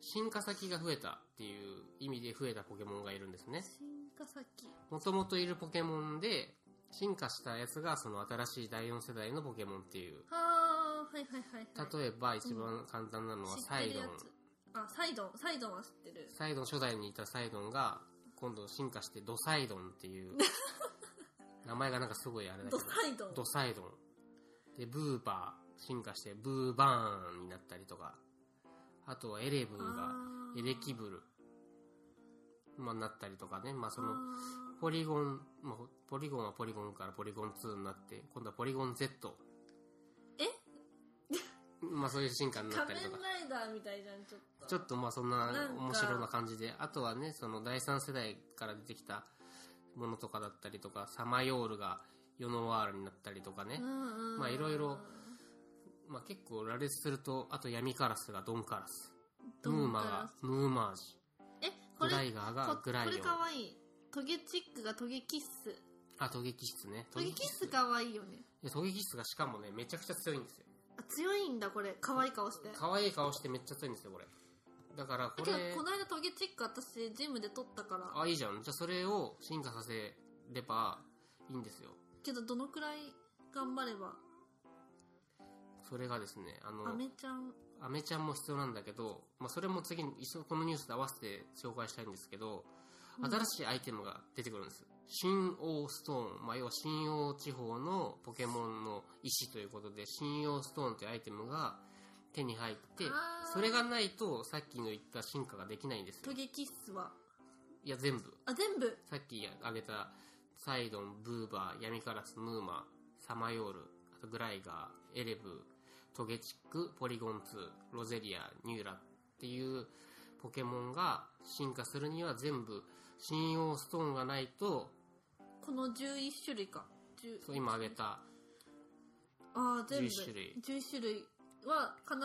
[SPEAKER 1] 進化先が増えたっていう意味で増えたポケモンがいるんですね。
[SPEAKER 2] 進化先。
[SPEAKER 1] もともといるポケモンで、進化したやつがその新しい第4世代のポケモンっていう。
[SPEAKER 2] はー、はいはいはい、はい。
[SPEAKER 1] 例えば一番簡単なのはサイドン。
[SPEAKER 2] 知ってるやつあ、サイドン。サイドンは知ってる。
[SPEAKER 1] サイドン初代にいたサイドンが、今度進化してドサイドンって
[SPEAKER 2] <laughs>
[SPEAKER 1] いう。名前がなんかすごいあれだけ
[SPEAKER 2] ド
[SPEAKER 1] ど。
[SPEAKER 2] サイドン。
[SPEAKER 1] ドサイドン。で、ブーバー。進化してブーバーンになったりとか。あとはエレブーが
[SPEAKER 2] あー
[SPEAKER 1] エレキブル。まあなったりとかね。まあその、
[SPEAKER 2] あ
[SPEAKER 1] ポリゴン、まあ、ポリゴンはポリゴンからポリゴン2になって、今度はポリゴン Z。
[SPEAKER 2] え
[SPEAKER 1] <laughs> まあそういう進化に
[SPEAKER 2] ー
[SPEAKER 1] なっ
[SPEAKER 2] 仮
[SPEAKER 1] たり
[SPEAKER 2] 面
[SPEAKER 1] とか。
[SPEAKER 2] ライダーみたいじゃん、ちょっと。
[SPEAKER 1] ちょっとまあそんな
[SPEAKER 2] なんか
[SPEAKER 1] 面白な感じで、あとはね、その第3世代から出てきたものとかだったりとか、サマヨールがヨノワールになったりとかね。
[SPEAKER 2] うんうん
[SPEAKER 1] まあいろいろまあ結構羅列すると、あと闇カラスがドンカラス。
[SPEAKER 2] ドン
[SPEAKER 1] ムーマ
[SPEAKER 2] カラ
[SPEAKER 1] が
[SPEAKER 2] ス
[SPEAKER 1] ムーマージ。
[SPEAKER 2] え、こ
[SPEAKER 1] グ
[SPEAKER 2] れ、
[SPEAKER 1] ライガーが
[SPEAKER 2] こ
[SPEAKER 1] グライオ
[SPEAKER 2] こ
[SPEAKER 1] ン
[SPEAKER 2] れ。かわいい。トゲチックがトゲキッス。
[SPEAKER 1] あ、トゲキッスね。
[SPEAKER 2] トゲキッス
[SPEAKER 1] ト
[SPEAKER 2] かわいいよね。
[SPEAKER 1] ゲキッストゲキッスがしかもね、めちゃくちゃ強いんですよ。
[SPEAKER 2] あ強いんだ、これ。かわいい顔して。だ
[SPEAKER 1] 可愛い顔してめっちゃ強いんですよ、これ。だからこ
[SPEAKER 2] け
[SPEAKER 1] れ
[SPEAKER 2] ど、、この間トゲチック私、ジムで撮ったから。
[SPEAKER 1] あ、いいじゃん。じゃあそれを進化させればいいんですよ。
[SPEAKER 2] けど、どのくらい頑張れば。
[SPEAKER 1] それがですね、あの
[SPEAKER 2] ア、メちゃん。
[SPEAKER 1] アメちゃんも必要なんだけど、まあ、それも次に、一緒このニュースで合わせて紹介したいんですけど、
[SPEAKER 2] うん
[SPEAKER 1] 新しいアイテムが出てくるんです。新王ストーン、まあ、要は新王地方のポケモンの石ということで、新王ストーンというアイテムが手に入って
[SPEAKER 2] あー、
[SPEAKER 1] それがないとさっきの言った進化ができないんですよ
[SPEAKER 2] ト。ゲキッスはい
[SPEAKER 1] や、全部。
[SPEAKER 2] あ全部
[SPEAKER 1] さっき挙げたサイドン、ブーバー、闇カラス、ムーマ、サマヨール、あとグライガー、エレブ、トゲチック、ポリゴン2、ロゼリア、ニューラっていうポケモンが進化するには全部信用ストーンがないと、
[SPEAKER 2] この11種類か10
[SPEAKER 1] そう今挙げた、
[SPEAKER 2] ああ全部
[SPEAKER 1] 11種類
[SPEAKER 2] 11種類は必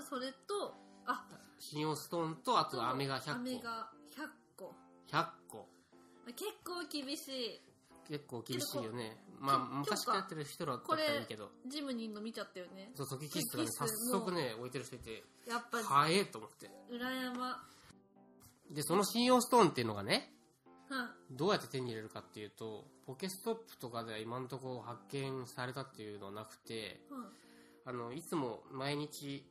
[SPEAKER 2] ずそれとあ
[SPEAKER 1] 信用ストーンと、あとアメが100
[SPEAKER 2] 飴
[SPEAKER 1] 個。
[SPEAKER 2] が100個
[SPEAKER 1] 100個。
[SPEAKER 2] あ結構厳しい
[SPEAKER 1] 結構厳しいよね。まあ、
[SPEAKER 2] 結
[SPEAKER 1] 昔
[SPEAKER 2] 構
[SPEAKER 1] からやってる人だったらいいけど。
[SPEAKER 2] ジムニーの見ちゃったよね
[SPEAKER 1] そう、ソキキッスがね、
[SPEAKER 2] ソ
[SPEAKER 1] 早
[SPEAKER 2] キキスも
[SPEAKER 1] 速ね、置いてる人いて、
[SPEAKER 2] やっぱ
[SPEAKER 1] 早えと思って。
[SPEAKER 2] 裏山
[SPEAKER 1] で、その信用ストーンっていうのがね、
[SPEAKER 2] は
[SPEAKER 1] どうやって手に入れるかっていうと、ポケストップとかでは今のところ発見されたっていうのはなくて、
[SPEAKER 2] い、うん
[SPEAKER 1] あの、いつも毎日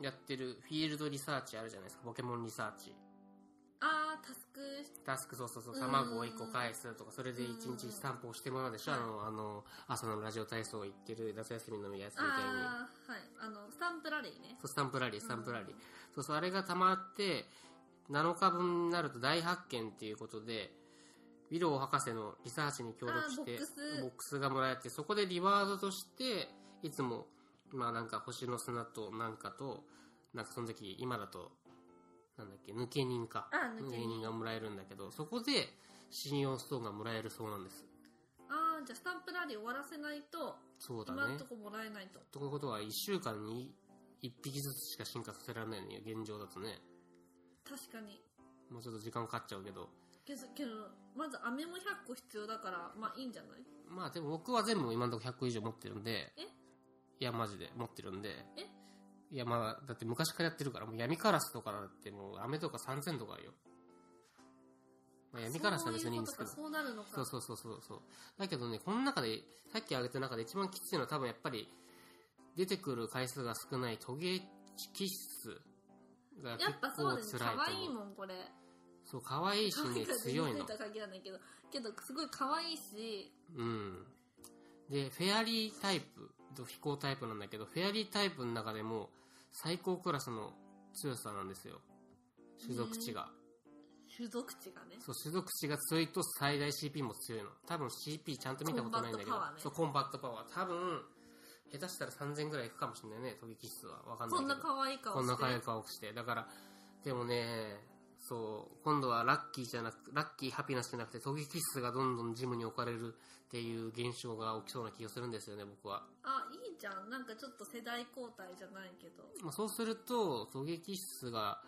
[SPEAKER 1] やってるフィールドリサーチあるじゃないですか、ポケモンリサーチ。
[SPEAKER 2] ああタスク
[SPEAKER 1] タスク、そうそうそう、
[SPEAKER 2] うん
[SPEAKER 1] 卵を1個返すとか、それで1日散歩をしてもらうでしょ、
[SPEAKER 2] う
[SPEAKER 1] あ
[SPEAKER 2] ん
[SPEAKER 1] の、あの、朝のラジオ体操行ってる夏休みのやつみたいに。
[SPEAKER 2] ああはいあのスタンプラリーね
[SPEAKER 1] そう、スタンプラリー、スタンプラリー。そうそう、あれが溜まって、7日分になると大発見っていうことで、ウィロー博士のリサーチに協力して、
[SPEAKER 2] あーボックス
[SPEAKER 1] がもらえて、そこでリワードとして、いつも、まあなんか星の砂となんかと、なんかその時、今だと、なんだっけ、抜け人か。
[SPEAKER 2] あ抜け人
[SPEAKER 1] がもらえるんだけど、そこで信用ストーンがもらえるそうなんです。
[SPEAKER 2] ああじゃあスタンプラリー終わらせないと
[SPEAKER 1] そうだね。
[SPEAKER 2] 今んとこもらえないと
[SPEAKER 1] ということは、1週間に1匹ずつしか進化させられないのよ、現状だとね。
[SPEAKER 2] 確かに
[SPEAKER 1] もうちょっと時間かかっちゃうけど。
[SPEAKER 2] けどけどまず飴も100個必要だからまあいいんじゃない
[SPEAKER 1] まあでも僕は全部今のところ100個以上持ってるんで
[SPEAKER 2] え。
[SPEAKER 1] いや、マジで持ってるんで。
[SPEAKER 2] え
[SPEAKER 1] いや、まあ、だって昔からやってるから、もう闇カラスとかだってもう、飴とか3000とかあるよ。まあ、闇カラスは別にいいんですけど。
[SPEAKER 2] そういうことかそうなるのか
[SPEAKER 1] そうそうそうそうそう。だけどね、この中で、さっき挙げた中で一番きついのは多分やっぱり、出てくる回数が少ないトゲキッスが
[SPEAKER 2] や
[SPEAKER 1] 結
[SPEAKER 2] っぱそう
[SPEAKER 1] 構
[SPEAKER 2] ですね
[SPEAKER 1] 辛い
[SPEAKER 2] 可
[SPEAKER 1] と
[SPEAKER 2] 愛
[SPEAKER 1] 思
[SPEAKER 2] い
[SPEAKER 1] う。
[SPEAKER 2] もんこれ
[SPEAKER 1] そう、可愛いしね、強いの
[SPEAKER 2] と。は限らないけどけどすごい可愛いし
[SPEAKER 1] うん。で、フェアリータイプと飛行タイプなんだけど、フェアリータイプの中でも最高クラスの強さなんですよ。種族値が。
[SPEAKER 2] 種族値がね
[SPEAKER 1] そう、種族値が強いと最大 CP も強いの。多分 CP ちゃんと見たことないんだけど、
[SPEAKER 2] コンバットパワーね
[SPEAKER 1] そう、コンバットパワー。多分、下手したら3000ぐらいいくかもしれないね、トゲキッスは。わかんない
[SPEAKER 2] こ
[SPEAKER 1] け
[SPEAKER 2] ん
[SPEAKER 1] ど。
[SPEAKER 2] な可愛い顔して
[SPEAKER 1] こんな可愛い顔して。だから、でもね、そう、今度はラッキーじゃなく、ラッキーハピナスじゃなくて、トゲキッスがどんどんジムに置かれるっていう現象が起きそうな気がするんですよね、僕は。
[SPEAKER 2] あいいじゃんなんかちょっと世代交代じゃないけど
[SPEAKER 1] まあ、そうすると、トゲキッスが、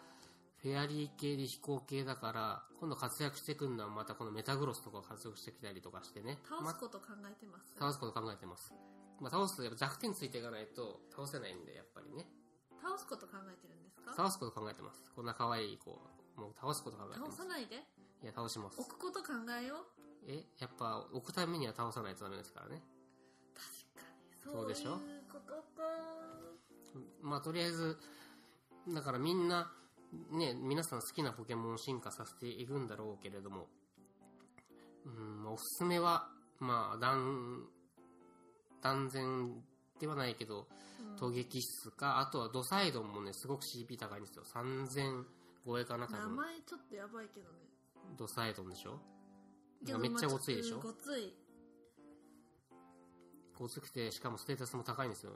[SPEAKER 1] フェアリー系で飛行系だから、今度活躍してくるのはまたこのメタグロスとかが活躍してきたりとかしてね。
[SPEAKER 2] 倒
[SPEAKER 1] ます
[SPEAKER 2] こと考えてます、
[SPEAKER 1] 倒すこと考えてます。まあ、倒すとやっぱ弱点ついていかないと倒せないんで、やっぱりね。
[SPEAKER 2] 倒すこと考えてるんですか
[SPEAKER 1] 倒すこと考えてます。こんな可愛い子、もう倒すこと考えて
[SPEAKER 2] 倒
[SPEAKER 1] ます
[SPEAKER 2] さ。ないで
[SPEAKER 1] いや、倒します。
[SPEAKER 2] 置くこと考えよう
[SPEAKER 1] えやっぱ置くためには倒さないとダメですからね
[SPEAKER 2] 確かに
[SPEAKER 1] そうでしょ
[SPEAKER 2] いうことか
[SPEAKER 1] まあとりあえずだからみんなね皆さん好きなポケモンを進化させていくんだろうけれどもうんまあおすすめはまあ断断然ではないけど
[SPEAKER 2] うん
[SPEAKER 1] 投撃室かあとはドサイドンもねすごく CP 高いんですよ3000超えかな多
[SPEAKER 2] 名
[SPEAKER 1] 分
[SPEAKER 2] 前ちょっとやばいけどね
[SPEAKER 1] ドサイドンでしょ
[SPEAKER 2] けど
[SPEAKER 1] めっちゃ
[SPEAKER 2] ま
[SPEAKER 1] ご
[SPEAKER 2] あ
[SPEAKER 1] ついでしょ
[SPEAKER 2] ごつい
[SPEAKER 1] ごつくてしかもステータスも高いんですよ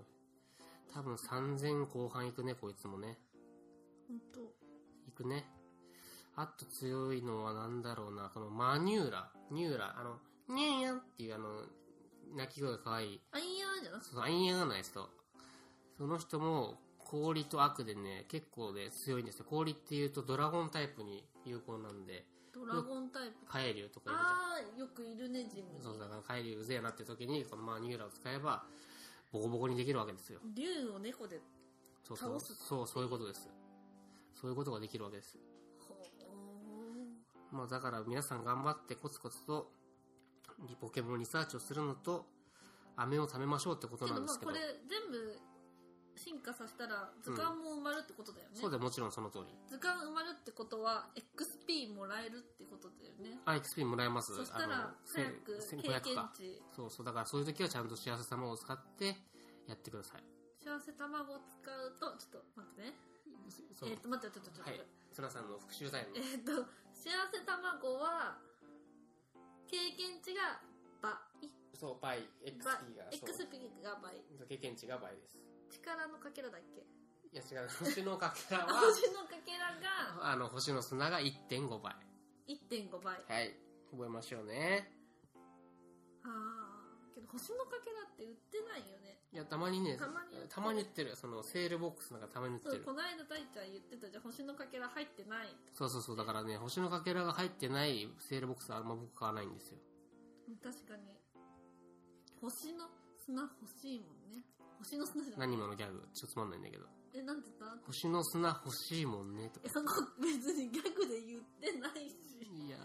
[SPEAKER 1] 多分3000後半いくねこいつもね
[SPEAKER 2] 本当
[SPEAKER 1] いくね。あと強いのはなんだろうな、このマニューラ。ニューラ。あの、ニャンニャンっていうあの、鳴き声が可愛い。
[SPEAKER 2] アイアンじゃなくて
[SPEAKER 1] そのアイアンアナイスと。その人も、氷と悪でね、結構ね、強いんですよ。氷っていうとドラゴンタイプに有効なんで、
[SPEAKER 2] ドラゴンタイプ
[SPEAKER 1] カエリュウとかいるじゃん。
[SPEAKER 2] ああよくいるねジムに
[SPEAKER 1] そうだからカエリュウうぜえなって時に、このマニューラを使えば、ボコボコにできるわけですよ。
[SPEAKER 2] 竜を猫で
[SPEAKER 1] そうそう
[SPEAKER 2] 倒す。
[SPEAKER 1] そう、そういうことです。そういうことができるわけです。
[SPEAKER 2] ほ
[SPEAKER 1] まあだから皆さん頑張ってコツコツとリポケモンリサーチをするのと、飴を貯めましょうってこ
[SPEAKER 2] う
[SPEAKER 1] と
[SPEAKER 2] け
[SPEAKER 1] な
[SPEAKER 2] ど
[SPEAKER 1] んで
[SPEAKER 2] まあ
[SPEAKER 1] すけ
[SPEAKER 2] こ
[SPEAKER 1] ど
[SPEAKER 2] れ、全部進化させたら図鑑も埋まるってことだよね、
[SPEAKER 1] そうでもちろんその通り。
[SPEAKER 2] 図鑑埋まるってことは XP XP もらえるってことだよね。
[SPEAKER 1] あ、XP もらえます。
[SPEAKER 2] そした
[SPEAKER 1] あの
[SPEAKER 2] ら、
[SPEAKER 1] せ
[SPEAKER 2] 早く経
[SPEAKER 1] 1500
[SPEAKER 2] 験
[SPEAKER 1] か。
[SPEAKER 2] 値、
[SPEAKER 1] そうそう、だからそういう時はちゃんと幸せ様を使ってやってください。
[SPEAKER 2] 幸せ卵を使うと、ちょっと待ってね。
[SPEAKER 1] そう。
[SPEAKER 2] えっと、待って、ちょっと、ちょっと。
[SPEAKER 1] はい。ツナさんの復習タイム。
[SPEAKER 2] えっと、幸せ卵は、経験値が倍。
[SPEAKER 1] そう、倍、XP が
[SPEAKER 2] 倍。
[SPEAKER 1] そう
[SPEAKER 2] XP が倍。
[SPEAKER 1] 経験値が倍です。
[SPEAKER 2] 力のかけらだっけ
[SPEAKER 1] いや違う、星のかけらは、
[SPEAKER 2] <laughs> 星のかけらが
[SPEAKER 1] あの、星の砂が1.5倍。
[SPEAKER 2] 1.5倍。
[SPEAKER 1] はい。覚えましょうね。
[SPEAKER 2] あーけど星のかけらって売ってないよね。
[SPEAKER 1] いや、たまにね、
[SPEAKER 2] たまに
[SPEAKER 1] たまに売ってる。その、セールボックスなんかたまに売っ
[SPEAKER 2] そ
[SPEAKER 1] て
[SPEAKER 2] う、
[SPEAKER 1] る
[SPEAKER 2] こ。の間大ちゃん言ってたじゃん、星のかけら入ってない。
[SPEAKER 1] そうそうそう、だからね、星のかけらが入ってないセールボックスはあんま僕買わないんですよ。
[SPEAKER 2] 確かに。星の砂欲しいもんね。星の砂じゃない。
[SPEAKER 1] 何今のギャグ、ちょっとつまんないんだけど。
[SPEAKER 2] え、なんて言った
[SPEAKER 1] 星の砂欲しいもんね、と
[SPEAKER 2] え、
[SPEAKER 1] か。
[SPEAKER 2] そこ別にギャグで言ってないし。
[SPEAKER 1] いや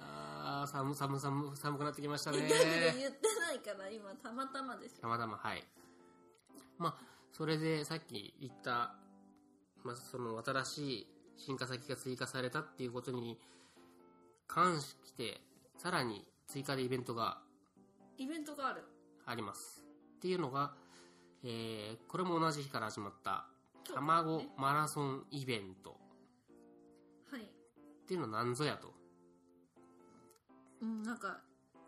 [SPEAKER 1] ー、寒、寒、寒、寒くなってきました
[SPEAKER 2] え、ギャ
[SPEAKER 1] ね
[SPEAKER 2] グ。で言ってないから今たまたまでしょ
[SPEAKER 1] た。またま、はい。まあ、それでさっき言った、まあ、その新しい進化先が追加されたっていうことに関して、さらに追加でイベントが
[SPEAKER 2] イベントがある。
[SPEAKER 1] あります。っていうのが、えーこれも同じ日から始まった、
[SPEAKER 2] 今日
[SPEAKER 1] 卵マラソンイベント
[SPEAKER 2] はい。
[SPEAKER 1] っていうのは何ぞやと。
[SPEAKER 2] うん、なんか、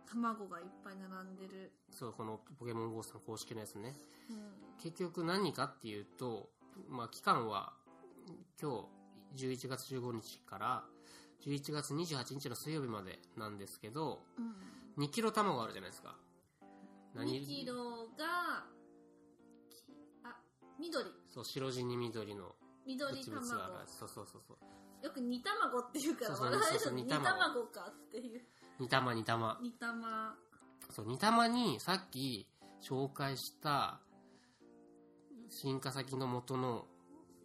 [SPEAKER 2] 卵がいっぱい並んでる。
[SPEAKER 1] そう、このポケモンゴーストの公式のやつね。
[SPEAKER 2] うん。
[SPEAKER 1] 結局何かっていうと、まあ、期間は今日11月15日から11月28日の水曜日までなんですけど
[SPEAKER 2] うん。
[SPEAKER 1] 2キロ卵あるじゃないですか
[SPEAKER 2] 2キロが、きあ、緑。
[SPEAKER 1] そう白地に緑のブ
[SPEAKER 2] 緑
[SPEAKER 1] ツブツがある
[SPEAKER 2] 卵。
[SPEAKER 1] そうそうそうそう
[SPEAKER 2] よく煮卵って言うから
[SPEAKER 1] そうそう
[SPEAKER 2] 笑える
[SPEAKER 1] そうそう
[SPEAKER 2] 煮
[SPEAKER 1] 煮
[SPEAKER 2] 卵
[SPEAKER 1] 卵
[SPEAKER 2] かっていう
[SPEAKER 1] 煮玉煮玉
[SPEAKER 2] 煮玉
[SPEAKER 1] そう煮玉にさっき紹介した進化先の元の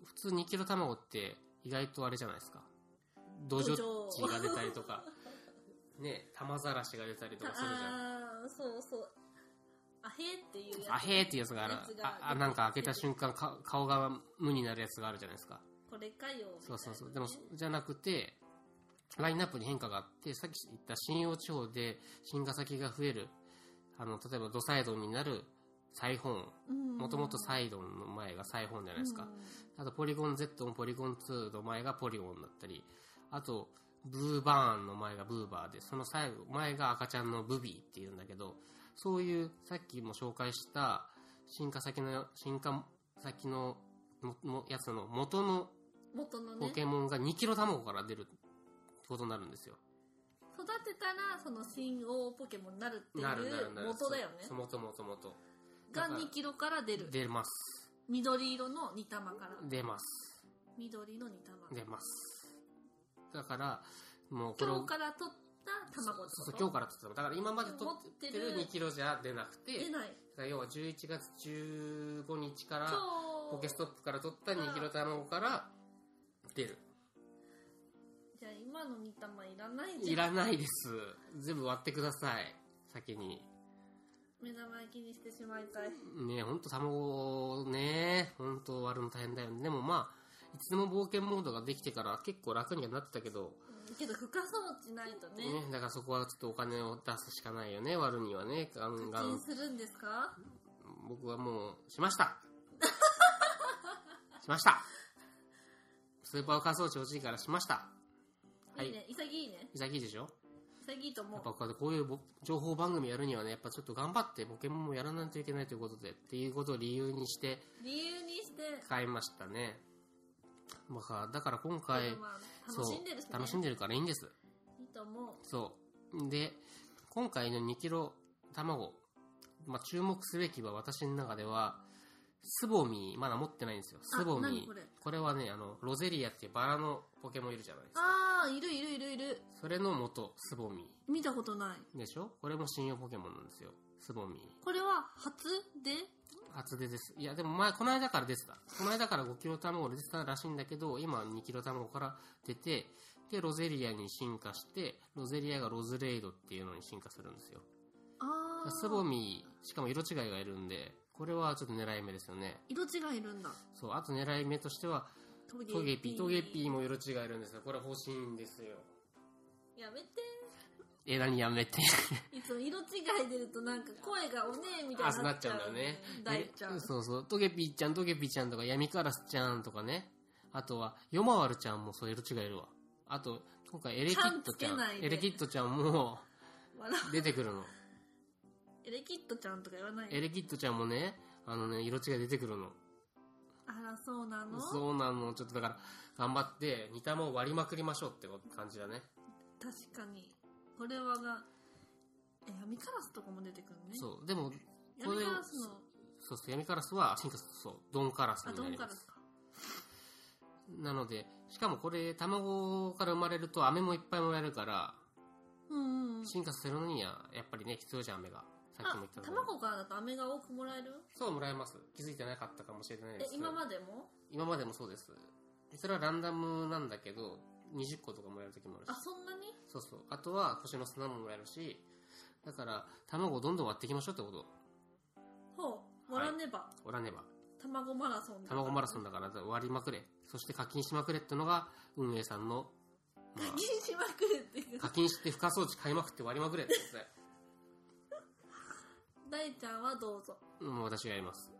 [SPEAKER 1] 普通2キロ卵って意外とあれじゃないですか土壌地が出たりとかね玉ざらしが出たりと
[SPEAKER 2] た
[SPEAKER 1] かするじゃん
[SPEAKER 2] あーそうそうアヘっていうや
[SPEAKER 1] あ
[SPEAKER 2] つ
[SPEAKER 1] へーっていうやつがある
[SPEAKER 2] やつ。が
[SPEAKER 1] あ、あなんか開けた瞬間、か顔が無になるやつがあるじゃないですか。
[SPEAKER 2] これかよみたいなね
[SPEAKER 1] そうそうそう。でも、じゃなくて、ラインナップに変化があって、さっき言った信用地方で進化先が増える。あの、例えばドサイドンになるサイホーン。
[SPEAKER 2] うん
[SPEAKER 1] もともとサイドンの前がサイホーンじゃないですか。あと、ポリゴン Z もポリゴン2の前がポリゴンだったり、あと、ブーバーンの前がブーバーで、その最後、前が赤ちゃんのブビーっていうんだけど、そういう、さっきも紹介した、進化先の、進化先の、も、も、やつの元の
[SPEAKER 2] うん元のね
[SPEAKER 1] ポ
[SPEAKER 2] 育て
[SPEAKER 1] ケモンが2キロ卵から出ることになるんですよ。
[SPEAKER 2] たらその新王ポケモンになるってい
[SPEAKER 1] なるなるな
[SPEAKER 2] う
[SPEAKER 1] る。
[SPEAKER 2] 元だよね
[SPEAKER 1] そうそう元元元。
[SPEAKER 2] が
[SPEAKER 1] だから
[SPEAKER 2] 2キロから出る
[SPEAKER 1] 出ます。
[SPEAKER 2] 緑色の煮玉から
[SPEAKER 1] 出ます。
[SPEAKER 2] 緑の煮玉
[SPEAKER 1] 出ます。だから、もうこれ
[SPEAKER 2] 今
[SPEAKER 1] を
[SPEAKER 2] 日から取った卵ってこと
[SPEAKER 1] そうそう今日から取ってたのだから今まで取って
[SPEAKER 2] 持って
[SPEAKER 1] る
[SPEAKER 2] る
[SPEAKER 1] 2キロじゃ出なくて
[SPEAKER 2] 出な
[SPEAKER 1] だか
[SPEAKER 2] い
[SPEAKER 1] ら要は11月15日から
[SPEAKER 2] 今
[SPEAKER 1] ポケ
[SPEAKER 2] 日
[SPEAKER 1] ストップから取った2キロ卵から出る
[SPEAKER 2] じゃあ今の煮玉いらないじゃん
[SPEAKER 1] いらないです全部割ってください先に
[SPEAKER 2] 目玉焼きにしてしまいたい
[SPEAKER 1] ねえほんと卵ねほんと割るの大変だよねでもまあいつでも冒険モードができてから結構楽にはなってたけど、
[SPEAKER 2] うんけど深装置ないと
[SPEAKER 1] ね
[SPEAKER 2] ね
[SPEAKER 1] だからそこはちょっとお金を出すしかないよね割るにはねガンガ
[SPEAKER 2] 課金
[SPEAKER 1] ン
[SPEAKER 2] するんですか
[SPEAKER 1] 僕はもう、しました
[SPEAKER 2] <laughs>
[SPEAKER 1] しましたスーパー乾燥地欲しいからしましたはい
[SPEAKER 2] いいね潔いね
[SPEAKER 1] 潔いでしょ
[SPEAKER 2] 潔いと思
[SPEAKER 1] や
[SPEAKER 2] う
[SPEAKER 1] っぱこうやってこういうぼ情報番組やるにはね、やっぱちょっと頑張ってポケモンもやらないといけないということで、っていうことを理由にして
[SPEAKER 2] 理由にして
[SPEAKER 1] 買いましたね。まあ、だから今回、
[SPEAKER 2] まあ
[SPEAKER 1] そう
[SPEAKER 2] 楽しんでるしね
[SPEAKER 1] 楽しんでるからいいんです。
[SPEAKER 2] いいと思う
[SPEAKER 1] そう。で、今回の2キロ卵、まあ、注目すべきは私の中では、スボミー、まだ持ってないんですよ。スボミ
[SPEAKER 2] 何
[SPEAKER 1] ー。
[SPEAKER 2] これ
[SPEAKER 1] はね、あの、ロゼリアっていうバラのポケモンいるじゃないですか。
[SPEAKER 2] ああいるいるいるいる
[SPEAKER 1] それの元、スボミ
[SPEAKER 2] 見たことない
[SPEAKER 1] ー。でしょこれも信用ポケモンなんですよ。スボミー。
[SPEAKER 2] これは初で
[SPEAKER 1] 初出です。いや、でも前、この間から出てた。この間から5キロ卵で出てたらしいんだけど、今は2キロ卵から出て、で、ロゼリアに進化して、ロゼリアがロズレイドっていうのに進化するんですよ。
[SPEAKER 2] ああ
[SPEAKER 1] スボミー、しかも色違いがいるんで、これはちょっと狙い目ですよね。
[SPEAKER 2] 色違いいるんだ
[SPEAKER 1] そう、あと狙い目としては、
[SPEAKER 2] ト
[SPEAKER 1] トゲピー。トゲピーも色違いいるんですよ。これ欲しいんですよ。
[SPEAKER 2] やめて
[SPEAKER 1] え、何やめて。
[SPEAKER 2] いつも色違い出るとなんか声がおねえみたい
[SPEAKER 1] <laughs> あ、
[SPEAKER 2] に
[SPEAKER 1] そう
[SPEAKER 2] な
[SPEAKER 1] な
[SPEAKER 2] っ
[SPEAKER 1] っ
[SPEAKER 2] ち
[SPEAKER 1] ち
[SPEAKER 2] ゃ
[SPEAKER 1] ゃ
[SPEAKER 2] う
[SPEAKER 1] うんだよね。
[SPEAKER 2] 大ちゃん
[SPEAKER 1] ねそうそう。トゲピーちゃん、トゲピーちゃんとか、闇カラスちゃんとかね。あとは、ヨマワルちゃんもそういう色違いいるわ。あと、今回エレキットちゃ。
[SPEAKER 2] ちゃんつけなんいで
[SPEAKER 1] エレキットちゃんも
[SPEAKER 2] 笑
[SPEAKER 1] 出てくるの。
[SPEAKER 2] うエレキットちゃんとか言わない
[SPEAKER 1] エレキットちゃんもね、あのね、色違い出てくるの。
[SPEAKER 2] あらそうなの
[SPEAKER 1] そうなの。ちょっとだから、頑張って、煮玉を割りまくりましょうって感じだね。
[SPEAKER 2] 確かにこれはがえ闇カラスとかも出てくるね
[SPEAKER 1] そう。でも、こ
[SPEAKER 2] 闇
[SPEAKER 1] れ
[SPEAKER 2] カラスの
[SPEAKER 1] そうそう、闇カラスは進化する、そう、ドンカラス
[SPEAKER 2] あ
[SPEAKER 1] に
[SPEAKER 2] ド
[SPEAKER 1] な
[SPEAKER 2] ン
[SPEAKER 1] り
[SPEAKER 2] カ
[SPEAKER 1] ま
[SPEAKER 2] ラ
[SPEAKER 1] す
[SPEAKER 2] ス。か
[SPEAKER 1] なので、しかもこれ、卵から生まれると飴もいっぱいもらえるから、
[SPEAKER 2] うんうん
[SPEAKER 1] 進化するのには、やっぱりね、必要じゃん、飴が。さっき
[SPEAKER 2] あ
[SPEAKER 1] も言ったけど
[SPEAKER 2] 卵からだと飴が多くもらえる
[SPEAKER 1] そう、もらえます。気づいてなかったかもしれないで
[SPEAKER 2] え
[SPEAKER 1] すけど。
[SPEAKER 2] 今までも
[SPEAKER 1] 今までもそうです。それはランダムなんだけど、20個とかもらえる時もあるし
[SPEAKER 2] あ。そんなに
[SPEAKER 1] そうそう。あとは、星の砂ももらえるし、だから、卵をどんどん割っていきましょうってこと。
[SPEAKER 2] ほうもらねば、
[SPEAKER 1] おらねば。
[SPEAKER 2] 卵マラソンだ
[SPEAKER 1] 卵マラソンだから割りまくれ。そして課金しまくれってのが、運営さんの、まあ
[SPEAKER 2] <laughs> 課金しまくるっていう
[SPEAKER 1] 課金して負荷装置買いまくって割りまくれってことだよ。
[SPEAKER 2] 大ちゃんはどうぞ
[SPEAKER 1] うん、私がやります。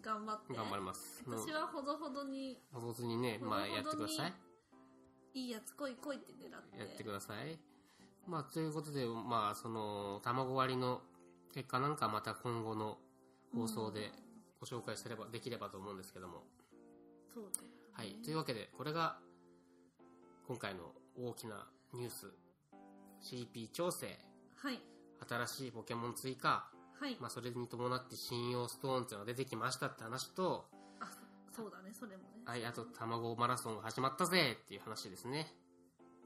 [SPEAKER 2] 頑張って
[SPEAKER 1] 頑張ります。
[SPEAKER 2] 私はほどほどに
[SPEAKER 1] うんお上手にね、まあ
[SPEAKER 2] ほどほどに
[SPEAKER 1] やってください。
[SPEAKER 2] いいやつ来い来いって狙って
[SPEAKER 1] やってください。まあということで、まあその、卵割りの結果なんかまた今後の放送でご紹介すれば、できればと思うんですけども。
[SPEAKER 2] そうだよね
[SPEAKER 1] はい。というわけで、これが、今回の大きなニュース。CP 調整。
[SPEAKER 2] はい
[SPEAKER 1] 新しいポケモン追加。
[SPEAKER 2] はい、
[SPEAKER 1] まあそれに伴って信用ストーンっていうのが出てきましたって話と、
[SPEAKER 2] あそそうだねそれもね
[SPEAKER 1] はい、あと卵マラソンが始まったぜっていう話ですね。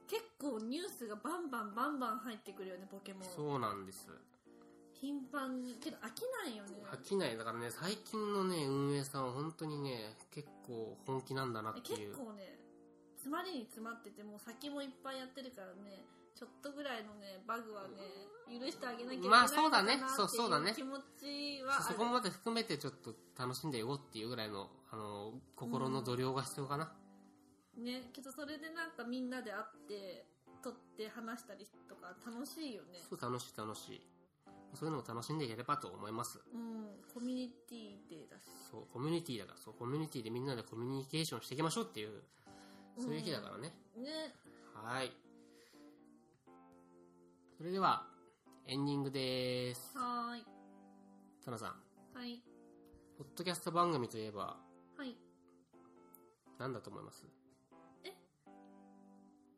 [SPEAKER 2] 結構ニュースがバンバンバンバン入ってくるよねポケモン
[SPEAKER 1] そうなんです。
[SPEAKER 2] 頻繁にけど飽きないよね
[SPEAKER 1] 飽きない。だからね、最近のね、運営さんは本当にね、結構本気なんだなっ
[SPEAKER 2] え
[SPEAKER 1] てい
[SPEAKER 2] 結
[SPEAKER 1] う。
[SPEAKER 2] 構ね詰まりに詰まっててもう先もいっぱいやってるからねちょっとぐらいのねバグはね許してあげなきゃいけない
[SPEAKER 1] ま
[SPEAKER 2] の
[SPEAKER 1] あそう
[SPEAKER 2] か
[SPEAKER 1] だ
[SPEAKER 2] な
[SPEAKER 1] ねそう
[SPEAKER 2] って
[SPEAKER 1] そうだ
[SPEAKER 2] い
[SPEAKER 1] ね
[SPEAKER 2] う気持ちは
[SPEAKER 1] そ
[SPEAKER 2] あ
[SPEAKER 1] そ
[SPEAKER 2] る
[SPEAKER 1] こまで含めてちょっと楽しんでいこうっていうぐらいの、あの、心の度量が必要かな。
[SPEAKER 2] ねけどそれでなんかみんなで会って撮って話したりとか楽しいよね
[SPEAKER 1] そう、楽しい楽しい。そういうのも楽しんでいければと思います。
[SPEAKER 2] うんコミュニティデーだし
[SPEAKER 1] そう、コミュニティだから、そう、コミュニティでみんなでコミュニケーションしていきましょうっていう、そういう日だからね。
[SPEAKER 2] ね
[SPEAKER 1] はい。それでは、エンディングです。
[SPEAKER 2] はーい
[SPEAKER 1] タナさん、
[SPEAKER 2] はい
[SPEAKER 1] ポッドキャスト番組といえば、
[SPEAKER 2] はい
[SPEAKER 1] 何だと思います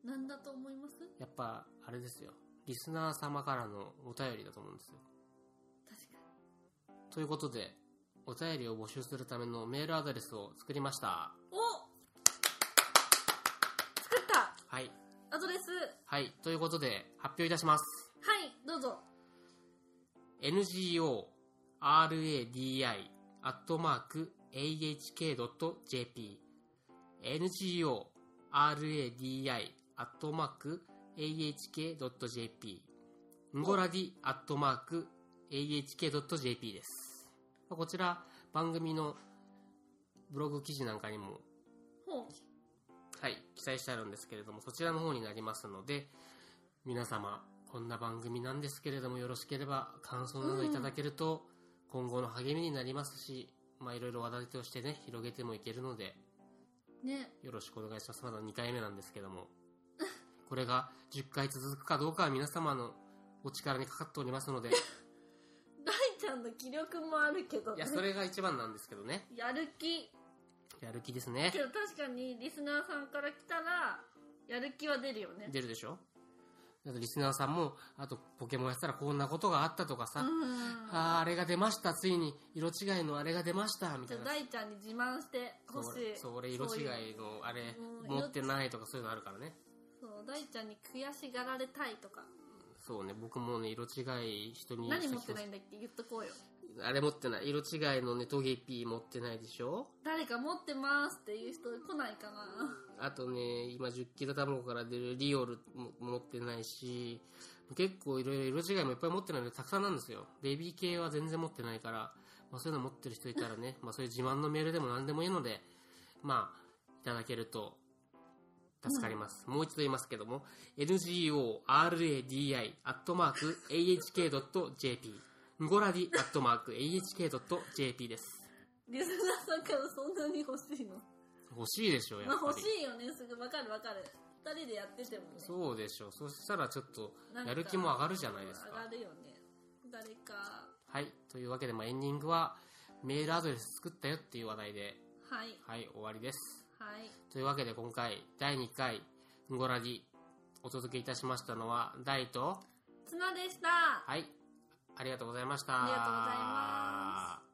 [SPEAKER 2] なんだと思います
[SPEAKER 1] やっぱ、あれですよ。リスナー様からのお便りだと思うんですよ。
[SPEAKER 2] 確かに
[SPEAKER 1] ということで、お便りを募集するためのメールアドレスを作りました。
[SPEAKER 2] お作った
[SPEAKER 1] はい。
[SPEAKER 2] アドレスは
[SPEAKER 1] はい。ということで、発表いたします。
[SPEAKER 2] いどうぞ
[SPEAKER 1] ngoradi.ahk.jp ngoradi.ahk.jp んごらり .ahk.jp です。まあこちら、番組のブログ記事なんかにも、
[SPEAKER 2] ほう
[SPEAKER 1] はい、記載してあるんですけれども、そちらの方になりますので、皆様、こんな番組なんですけれども、よろしければ感想などいただけると、今後の励みになりますし、まあ、いろいろ話題としてね、広げてもいけるので、
[SPEAKER 2] ね
[SPEAKER 1] よろしくお願いします。まだ2回目なんですけども。これが10回続くかどうかは皆様のお力にかかっておりますので、い
[SPEAKER 2] 大ちゃんの気力もあるけどね
[SPEAKER 1] や、それが一番なんですけどね。
[SPEAKER 2] やる気
[SPEAKER 1] やる気ですね
[SPEAKER 2] け。ど確かにリスナーさんから来たらやる気は出るよね
[SPEAKER 1] 出るでしょだってリスナーさんも、あとポケモンやってたらこんなことがあったとかさ、
[SPEAKER 2] うん
[SPEAKER 1] あーあれが出ました、ついに。色違いのあれが出ました、み
[SPEAKER 2] じ
[SPEAKER 1] たい
[SPEAKER 2] ゃあ
[SPEAKER 1] な。
[SPEAKER 2] 大ちゃんに自慢してほしい
[SPEAKER 1] そう俺、色違いのあれ
[SPEAKER 2] うん、
[SPEAKER 1] 持ってないとかそういうのあるからね。
[SPEAKER 2] そう大ちゃんに悔しがられたいとか
[SPEAKER 1] そうね、僕もね、色違い人に。
[SPEAKER 2] 何持ってないんだっけ言っとこうよ
[SPEAKER 1] あれ持ってない。色違いのね、トゲピー持ってないでしょ
[SPEAKER 2] 誰か持ってますっていう人来ないかな
[SPEAKER 1] あとね、今10キロ卵から出るリオルも持ってないし、結構いろいろ色違いもいっぱい持ってないのでたくさんなんですよ。ベビー系は全然持ってないから、まあそういうの持ってる人いたらね、まあそういう自慢のメールでも何でもいいので、まあ、いただけると助かります。もう一度言いますけども、ngoradi.ahk.jp。ゴラディ .ahk.jp です。
[SPEAKER 2] リスナーさんからそんなに欲しいの
[SPEAKER 1] 欲しいでしょ、やっ
[SPEAKER 2] ま
[SPEAKER 1] ぱ
[SPEAKER 2] あ
[SPEAKER 1] り。
[SPEAKER 2] 欲しいよねすぐわかるわかる二人でやっててもね
[SPEAKER 1] そうでしょう。そしたらちょっと
[SPEAKER 2] なん、か
[SPEAKER 1] やる気も上がるじゃないです
[SPEAKER 2] 上
[SPEAKER 1] か
[SPEAKER 2] が。るよね誰か
[SPEAKER 1] はい。というわけで、まあ、エンディングは、メールアドレス作ったよっていう話題で、
[SPEAKER 2] はい
[SPEAKER 1] はい、終わりです。
[SPEAKER 2] はい
[SPEAKER 1] というわけで、今回、第2回、ゴラディ、お届けいたしましたのは、大と、
[SPEAKER 2] 綱でした
[SPEAKER 1] はい。ありがとうございました。
[SPEAKER 2] ありがとうございます。